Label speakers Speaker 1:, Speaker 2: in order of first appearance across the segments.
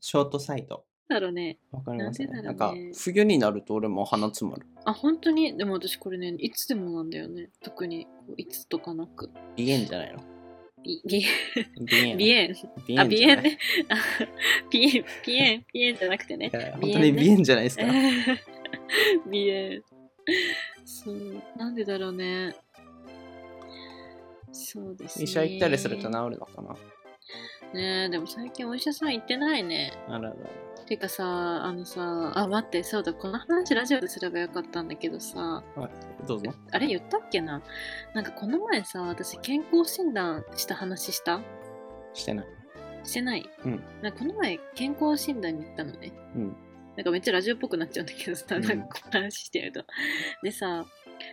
Speaker 1: ショートサイト。
Speaker 2: だろうね。
Speaker 1: わかりますね。
Speaker 2: なんで
Speaker 1: な
Speaker 2: だ
Speaker 1: ん
Speaker 2: ろ
Speaker 1: か
Speaker 2: うね
Speaker 1: 冬になると俺も鼻詰まる。
Speaker 2: あ、本当にでも私これね、いつでもなんだよね。特に、こういつとかなく。
Speaker 1: 鼻炎じゃないの。
Speaker 2: び鼻
Speaker 1: 鼻炎。
Speaker 2: 炎。
Speaker 1: 鼻炎
Speaker 2: あ、鼻
Speaker 1: じゃな
Speaker 2: 炎
Speaker 1: い。
Speaker 2: ね。 あ鼻炎、鼻炎、鼻炎じゃなくてね
Speaker 1: い。やいや
Speaker 2: 鼻
Speaker 1: 本
Speaker 2: 炎
Speaker 1: 当
Speaker 2: ね
Speaker 1: に鼻炎じゃないですか。
Speaker 2: 鼻炎。そう、なんでだろうね。そうですね。
Speaker 1: 医者行ったりすると治るのかな。
Speaker 2: ねえでも最近お医者さん行ってないね。
Speaker 1: あららら。
Speaker 2: てかさ、あのさ、あ、待って、そうだ、この話ラジオですればよかったんだけどさ、
Speaker 1: どうぞ。
Speaker 2: あれ言ったっけななんかこの前さ、私健康診断した話した
Speaker 1: してない。
Speaker 2: してない、
Speaker 1: うん
Speaker 2: なんかこの前健康診断に行ったのね、
Speaker 1: うん
Speaker 2: なんかめっちゃラジオっぽくなっちゃうんだけどさ、
Speaker 1: うん
Speaker 2: なんかこの話してるとでさ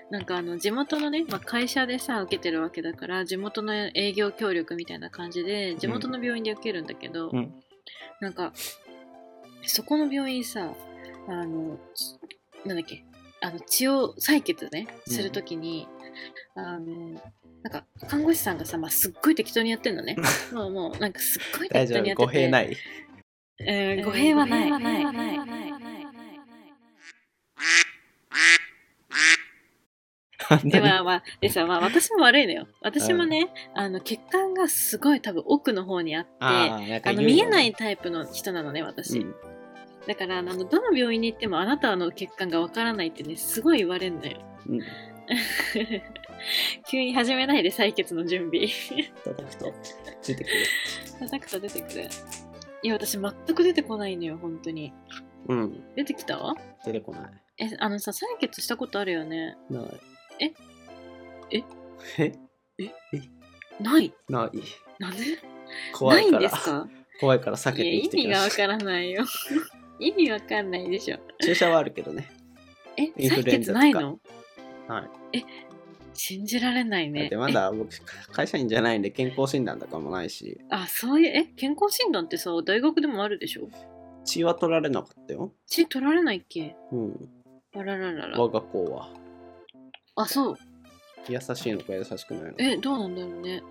Speaker 2: なんかあの地元のね、まあ、会社でさ受けてるわけだから地元の営業協力みたいな感じで地元の病院で受けるんだけど、
Speaker 1: うん
Speaker 2: なんかそこの病院さあのなんだっけあの血を採血ね
Speaker 1: うん
Speaker 2: するときに、あのなんか看護師さんがさ、まあ、すっごい適当にやってん のねもうもうなんかすっごい
Speaker 1: 大
Speaker 2: 適
Speaker 1: 丈
Speaker 2: 当にや
Speaker 1: 夫。
Speaker 2: ってて
Speaker 1: 語弊ない。
Speaker 2: えー
Speaker 3: 語
Speaker 2: 語
Speaker 3: 弊
Speaker 2: 弊
Speaker 3: は
Speaker 2: は
Speaker 3: な
Speaker 2: ないい。では、まあ、でさ、まあ、私も悪いのよ。私もね、あの、血管がすごい多分奥の方にあって、あ
Speaker 1: あーなんか
Speaker 2: の、
Speaker 1: 言うよ
Speaker 2: 見
Speaker 1: ね
Speaker 2: えないタイプの人なのね、私。
Speaker 1: うん
Speaker 2: だから、あの、どの病院に行ってもあなたの血管がわからないってね、すごい言われるのよ。
Speaker 1: うん。
Speaker 2: 急に始めないで採血の準備。
Speaker 1: 叩くとついてく
Speaker 2: 叩くと出てくる。いや、私全く出てこないのよ、本当に。
Speaker 1: る。うん。
Speaker 2: 出てきた
Speaker 1: 出てこない。
Speaker 2: え、あのさ、採血したことあるよね。
Speaker 1: ない。
Speaker 2: ええ
Speaker 1: え
Speaker 2: ない
Speaker 1: ない。
Speaker 2: なんで
Speaker 1: 怖いか
Speaker 2: ないん
Speaker 1: ら
Speaker 2: です。か
Speaker 1: 怖いから避け
Speaker 2: い
Speaker 1: て生き
Speaker 2: や意
Speaker 1: て
Speaker 2: 味
Speaker 1: きま
Speaker 2: がわ
Speaker 1: し
Speaker 2: か
Speaker 1: た。
Speaker 2: らないよ 意味わかんないでしょ
Speaker 1: 注射はあるけどね。
Speaker 2: え
Speaker 1: インフ
Speaker 2: 採
Speaker 1: ルエン
Speaker 2: 血
Speaker 1: ザとか
Speaker 2: ないの
Speaker 1: はい。
Speaker 2: 信じられない
Speaker 1: だっ
Speaker 2: ね
Speaker 1: てまだ僕会社員じゃないんで健康診断とかもないし
Speaker 2: えあそういうえ健康診断ってさ大学でもあるでしょ
Speaker 1: 血は取られなかったよ、
Speaker 2: 血取られないっけ
Speaker 1: うん、
Speaker 2: あらららら
Speaker 1: 我が校は
Speaker 2: あそう
Speaker 1: 優しいのか優しくないのか
Speaker 2: えどうなんだろうね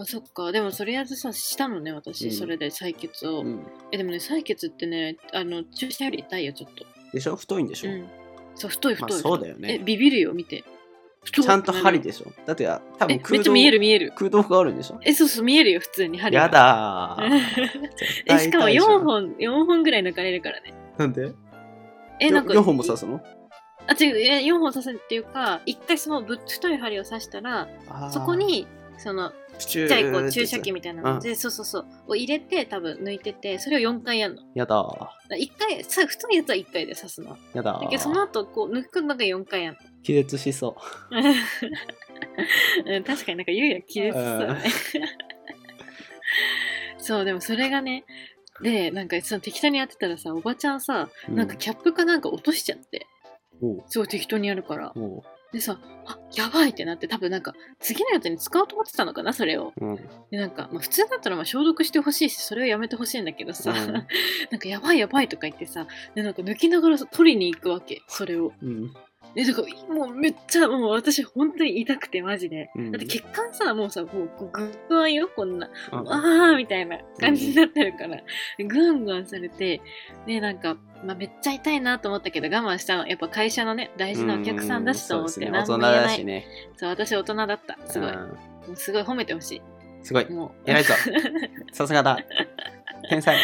Speaker 2: あそっかでもとりあえずさしたのね私、
Speaker 1: うん
Speaker 2: それで採血を、
Speaker 1: うん、
Speaker 2: えでもね採血ってねあの注射より痛いよちょっと
Speaker 1: でしょ太いんでしょ、
Speaker 2: うんそう太い
Speaker 1: ま
Speaker 2: 太
Speaker 1: あ
Speaker 2: い、
Speaker 1: そうだよね
Speaker 2: えビビるよ見てち
Speaker 1: ちゃんと針でしょだってや多分
Speaker 2: えめ
Speaker 1: 空
Speaker 2: っちゃ
Speaker 1: 洞
Speaker 2: 見える見える
Speaker 1: 空洞があるんでしょ
Speaker 2: えそうそう見えるよ普通に針が
Speaker 1: やだー絶
Speaker 2: え
Speaker 1: 対
Speaker 2: しかも
Speaker 1: 痛いじゃん
Speaker 2: 4本4本ぐらい抜かれるからね
Speaker 1: なんで
Speaker 2: えなんか
Speaker 1: 4本も刺すの
Speaker 2: あ違うえ4本刺すっていうか1回そのぶっ太い針を刺したら
Speaker 1: あー
Speaker 2: そこにその
Speaker 1: プチ
Speaker 2: ち
Speaker 1: ュ
Speaker 2: っ
Speaker 1: ー
Speaker 2: ちゃいこう注射器
Speaker 1: って
Speaker 2: みたいなので、そうそうそうを入れて多分抜いててそれを4回やるの
Speaker 1: やだー
Speaker 2: 1回さ太いやつは1回で刺すの
Speaker 1: やだー
Speaker 2: だけどその後こう抜くのが4回やる
Speaker 1: 気絶しそう
Speaker 2: のうん確かになんか言うや気絶そう だねそうでもそれがねでなんかその適当にやってたらさおばちゃんさ、
Speaker 1: う
Speaker 2: なんかキャップかなんか落としちゃって
Speaker 1: おう
Speaker 2: すごい適当にやるから
Speaker 1: おう
Speaker 2: でさあやばいってなって多分なんか次のやつに使おうと思ってたのかなそれを
Speaker 1: うん、
Speaker 2: でなんか、まあ、普通だったらまあ消毒してほしいしそれをやめてほしいんだけどさ、
Speaker 1: うん
Speaker 2: なんかやばいやばいとか言ってさでなんか抜きながらさ取りに行くわけそれを
Speaker 1: うん、
Speaker 2: でだからもうめっちゃもう私本当に痛くてマジで、
Speaker 1: うん
Speaker 2: だって血管さもうさもうこうグッグワンよこんな
Speaker 1: あ
Speaker 2: あーみたいな感じになってるから、ぐわんぐわんされて、で、なんか、まあ、めっちゃ痛いなと思ったけど我慢したの。やっぱ会社のね、大事なお客さんだしと思って、
Speaker 1: うん
Speaker 2: 何
Speaker 1: そ
Speaker 2: も
Speaker 1: うですね大人
Speaker 2: 言えな
Speaker 1: だ
Speaker 2: い。
Speaker 1: しね
Speaker 2: そう、私大人だった。すごい。
Speaker 1: う
Speaker 2: も
Speaker 1: ん
Speaker 2: うすごい褒めてほし
Speaker 1: すごい
Speaker 2: い。もう、
Speaker 1: 偉いぞさすがだ天才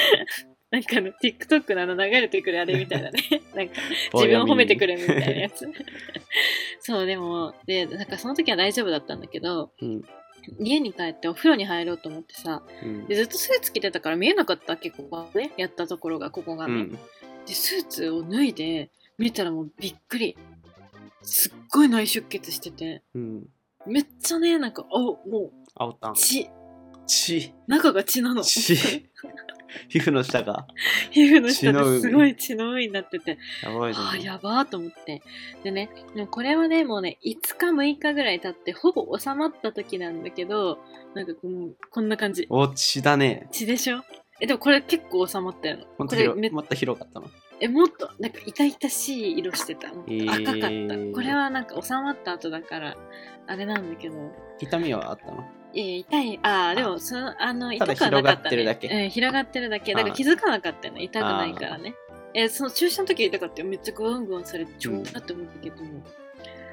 Speaker 2: なんかあの、TikTok のあの流れてくるあれみた いなね。なんか、 自分を褒めてくるみたいなやつ。そう、でも、で、なんかその時は大丈夫だったんだけど、
Speaker 1: うん
Speaker 2: 家に帰ってお風呂に入ろうと思ってさ、
Speaker 1: うん
Speaker 2: でずっとスーツ着てたから見えなかった結構ね、やったところが、ここが
Speaker 1: う
Speaker 2: ね。
Speaker 1: ん
Speaker 2: でスーツを脱いで見たらもうびっくりすっごい内出血してて
Speaker 1: うん
Speaker 2: めっちゃねなんかあも
Speaker 1: あおったん
Speaker 2: う血
Speaker 1: 血
Speaker 2: 中が血なの
Speaker 1: 血
Speaker 2: 皮
Speaker 1: 皮膚の下が
Speaker 2: 膚の
Speaker 1: 血
Speaker 2: 下
Speaker 1: の
Speaker 2: で
Speaker 1: 海
Speaker 2: すごい血の上になってて
Speaker 1: やばいじ
Speaker 2: あ
Speaker 1: ゃ
Speaker 2: あ
Speaker 1: ん
Speaker 2: やばーと思ってでねでもこれはねもうね5日6日ぐらい経ってほぼ収まった時なんだけどなんかこうこんな感じ
Speaker 1: お血だね
Speaker 2: 血でしょえでもこれ結構収まったよ
Speaker 1: も
Speaker 2: な
Speaker 1: っ
Speaker 2: ことれ
Speaker 1: 広
Speaker 2: めっ
Speaker 1: もっと広かったの
Speaker 2: えもっとなんか痛々しい色してたもっと
Speaker 1: えー
Speaker 2: 赤かった、これはなんか収まった後だからあれなんだけど
Speaker 1: 痛みはあったの
Speaker 2: いやいや痛いああでもそのあの痛
Speaker 1: ただ
Speaker 2: くはなかっ
Speaker 1: 広がっ
Speaker 2: た、ね、
Speaker 1: てるだけ
Speaker 2: うん、広がってるだけだから
Speaker 1: あー
Speaker 2: 気づかなかったよね痛くないからねえその注射の時は痛かったよめっちゃグワングワンされて超
Speaker 1: うん
Speaker 2: 痛って思ったけど、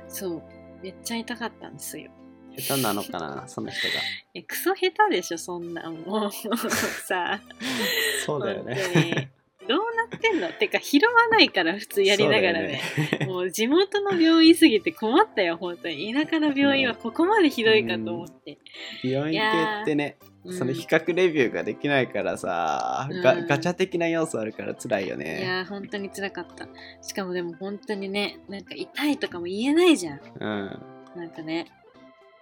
Speaker 2: そうめっちゃ痛かったんですよ
Speaker 1: 下手なのかな、その人が。
Speaker 2: えクソ下手でしょそんなんもう さ
Speaker 1: そうだよ
Speaker 2: 本当に
Speaker 1: ね。
Speaker 2: どうなってんのてか拾わないから普通やりながらね
Speaker 1: そうだよね。
Speaker 2: もう地元の病院すぎて困ったよ本当に田舎の病院はここまでひどいかと思って、
Speaker 1: 美容院系ってね、
Speaker 2: うん
Speaker 1: その比
Speaker 2: い
Speaker 1: 較レビューができないからさ、
Speaker 2: うん
Speaker 1: ガガチャ的な要素あるから辛いよね。
Speaker 2: やー本当に辛かったしかもでも本当にねなんか痛いとかも言えないじゃん
Speaker 1: うん。
Speaker 2: なんかね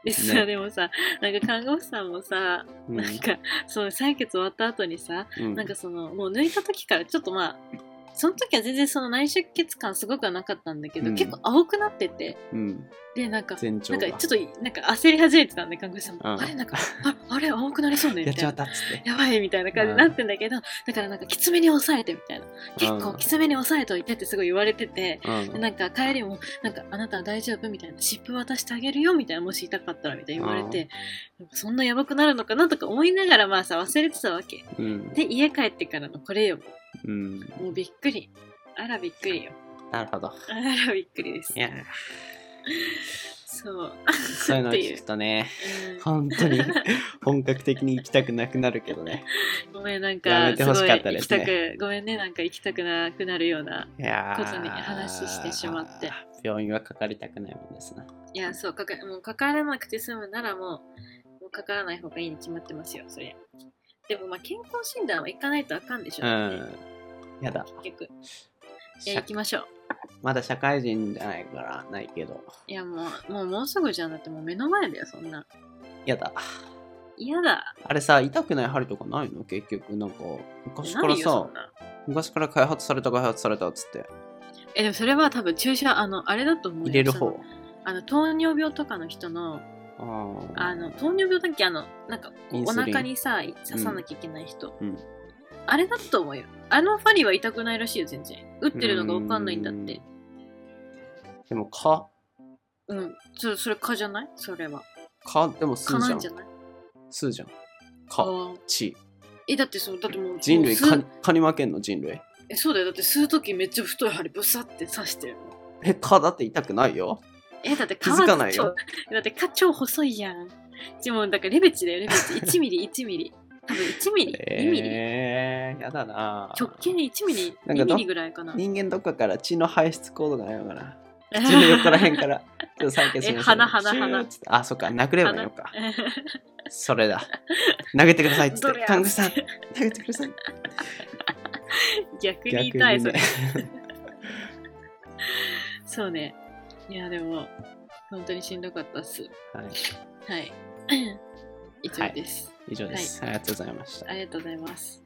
Speaker 2: でさ、
Speaker 1: ね
Speaker 2: でもさなんか看護婦さんもさ、
Speaker 1: う
Speaker 2: なんかそう採血終わった後にさ
Speaker 1: うん
Speaker 2: なんかそのもう抜いた時からちょっとまあその時は全然その内出血感すごくはなかったんだけど、
Speaker 1: うん
Speaker 2: 結構青くなってて
Speaker 1: うん。
Speaker 2: でなんか
Speaker 1: 前兆
Speaker 2: なん
Speaker 1: が。
Speaker 2: かちょっとなんか焦り始めてたんで看護師さんも、
Speaker 1: うん
Speaker 2: あれなんかああれ青くなりそうね
Speaker 1: や
Speaker 2: み
Speaker 1: っちま
Speaker 2: たい
Speaker 1: っ
Speaker 2: な
Speaker 1: たっつって。
Speaker 2: やばいみたいな感じになってんだけど、だからなんかきつめに抑えてみたいな結構きつめに抑えといてってすごい言われてて、
Speaker 1: うん。
Speaker 2: でなんか帰りもなんかあなたは大丈夫みたいな湿布渡してあげるよみたいなもし痛かったらみたいな言われて、なんかそんなやばくなるのかなとか思いながらまあさ忘れてたわけ
Speaker 1: うん。
Speaker 2: で家帰ってからのこれよ
Speaker 1: うん。
Speaker 2: もうびっくりあらびっくりよ
Speaker 1: なるほど。
Speaker 2: あらびっくりです
Speaker 1: いや、
Speaker 2: そう、
Speaker 1: そういうのを聞くとね、
Speaker 2: うん
Speaker 1: 本当に本格的に行きたくなくなるけどね。
Speaker 2: ごめん、なん
Speaker 1: や
Speaker 2: か、
Speaker 1: め
Speaker 2: す
Speaker 1: てほ
Speaker 2: ごい
Speaker 1: しかった
Speaker 2: 行
Speaker 1: で
Speaker 2: き
Speaker 1: すね
Speaker 2: たく、ごめんね、なんか行きたくなくなるような。
Speaker 1: いやー
Speaker 2: ことに話してしまって。
Speaker 1: 病院はかかりたくないもんですな。
Speaker 2: いや、そう、かかもうかからなくて済むならもう、もうかからない方がいいに決まってますよ、そりゃ。でも、まあ、健康診断は行かないとあかんでしょ、
Speaker 1: うん。やだ。
Speaker 2: 結局。いや、行きましょう。
Speaker 1: まだ社会人じゃないからないけど。
Speaker 2: いや、もう、もう、もうすぐじゃんだって、もう目の前だよ、そんな。
Speaker 1: やだ。
Speaker 2: 嫌だ。
Speaker 1: あれさ、痛くない針とかないの結局、なんか、昔か
Speaker 2: な
Speaker 1: ら
Speaker 2: いよ、そ
Speaker 1: さ
Speaker 2: ん、な。
Speaker 1: 昔から開発された開発されたっつって、
Speaker 2: え、でもそれは多分注射、あの、あれだと思うよ
Speaker 1: 入れる
Speaker 2: そ
Speaker 1: 方
Speaker 2: の。あの、糖尿病とかの人の、
Speaker 1: あー
Speaker 2: あの糖尿病だっけあのなんか
Speaker 1: イン
Speaker 2: お
Speaker 1: スリン
Speaker 2: 腹にさ刺さなきゃいけない人、
Speaker 1: うん
Speaker 2: あれだと思うよあのファリは痛くないらしいよ全然打ってるのが分かんないんだって
Speaker 1: でも、か、
Speaker 2: うんそれそれ蚊じゃないそれは
Speaker 1: か、でも、す
Speaker 2: 蚊
Speaker 1: じ
Speaker 2: な
Speaker 1: ゃ
Speaker 2: ん
Speaker 1: ん
Speaker 2: じ。ゃない
Speaker 1: すじゃん。
Speaker 2: あ
Speaker 1: か、
Speaker 2: ー
Speaker 1: ち。
Speaker 2: えだってそうだってもう
Speaker 1: 人類
Speaker 2: もう吸
Speaker 1: か
Speaker 2: う、
Speaker 1: かに負けんの人類。
Speaker 2: えそうだよだって吸う時めっちゃ太い針ブサって刺してるの
Speaker 1: え、かだって痛くないよ。
Speaker 2: えだって
Speaker 1: 気
Speaker 2: 蚊
Speaker 1: づ
Speaker 2: は
Speaker 1: かない
Speaker 2: 超
Speaker 1: よ。
Speaker 2: だって蚊超細いやんでもだからレベチだよレベチ1ミリ1ミリ多分1ミリ2ミ リ、
Speaker 1: えー、やだな。
Speaker 2: 直径1ミリ
Speaker 1: なんか
Speaker 2: 2
Speaker 1: ど
Speaker 2: ミリぐらいかな
Speaker 1: 人間どっかから血の排出コードがないのか な。口の横らへんから。ちょっと再建しましょう
Speaker 2: え鼻鼻
Speaker 1: シュー
Speaker 2: 鼻
Speaker 1: っつってあ、そっか、殴ればいいのか。それだ。投げてくださいっつ
Speaker 2: ど
Speaker 1: っ
Speaker 2: れや
Speaker 1: て。看護師さん、投げてくだ さい。
Speaker 2: 逆に痛いそ
Speaker 1: 逆
Speaker 2: れ
Speaker 1: にね
Speaker 2: そうねいやでも本当にしんどかったっす
Speaker 1: はい、
Speaker 2: はい 以上です、
Speaker 1: 以上です、ありがとうございました。
Speaker 2: ありがとうございます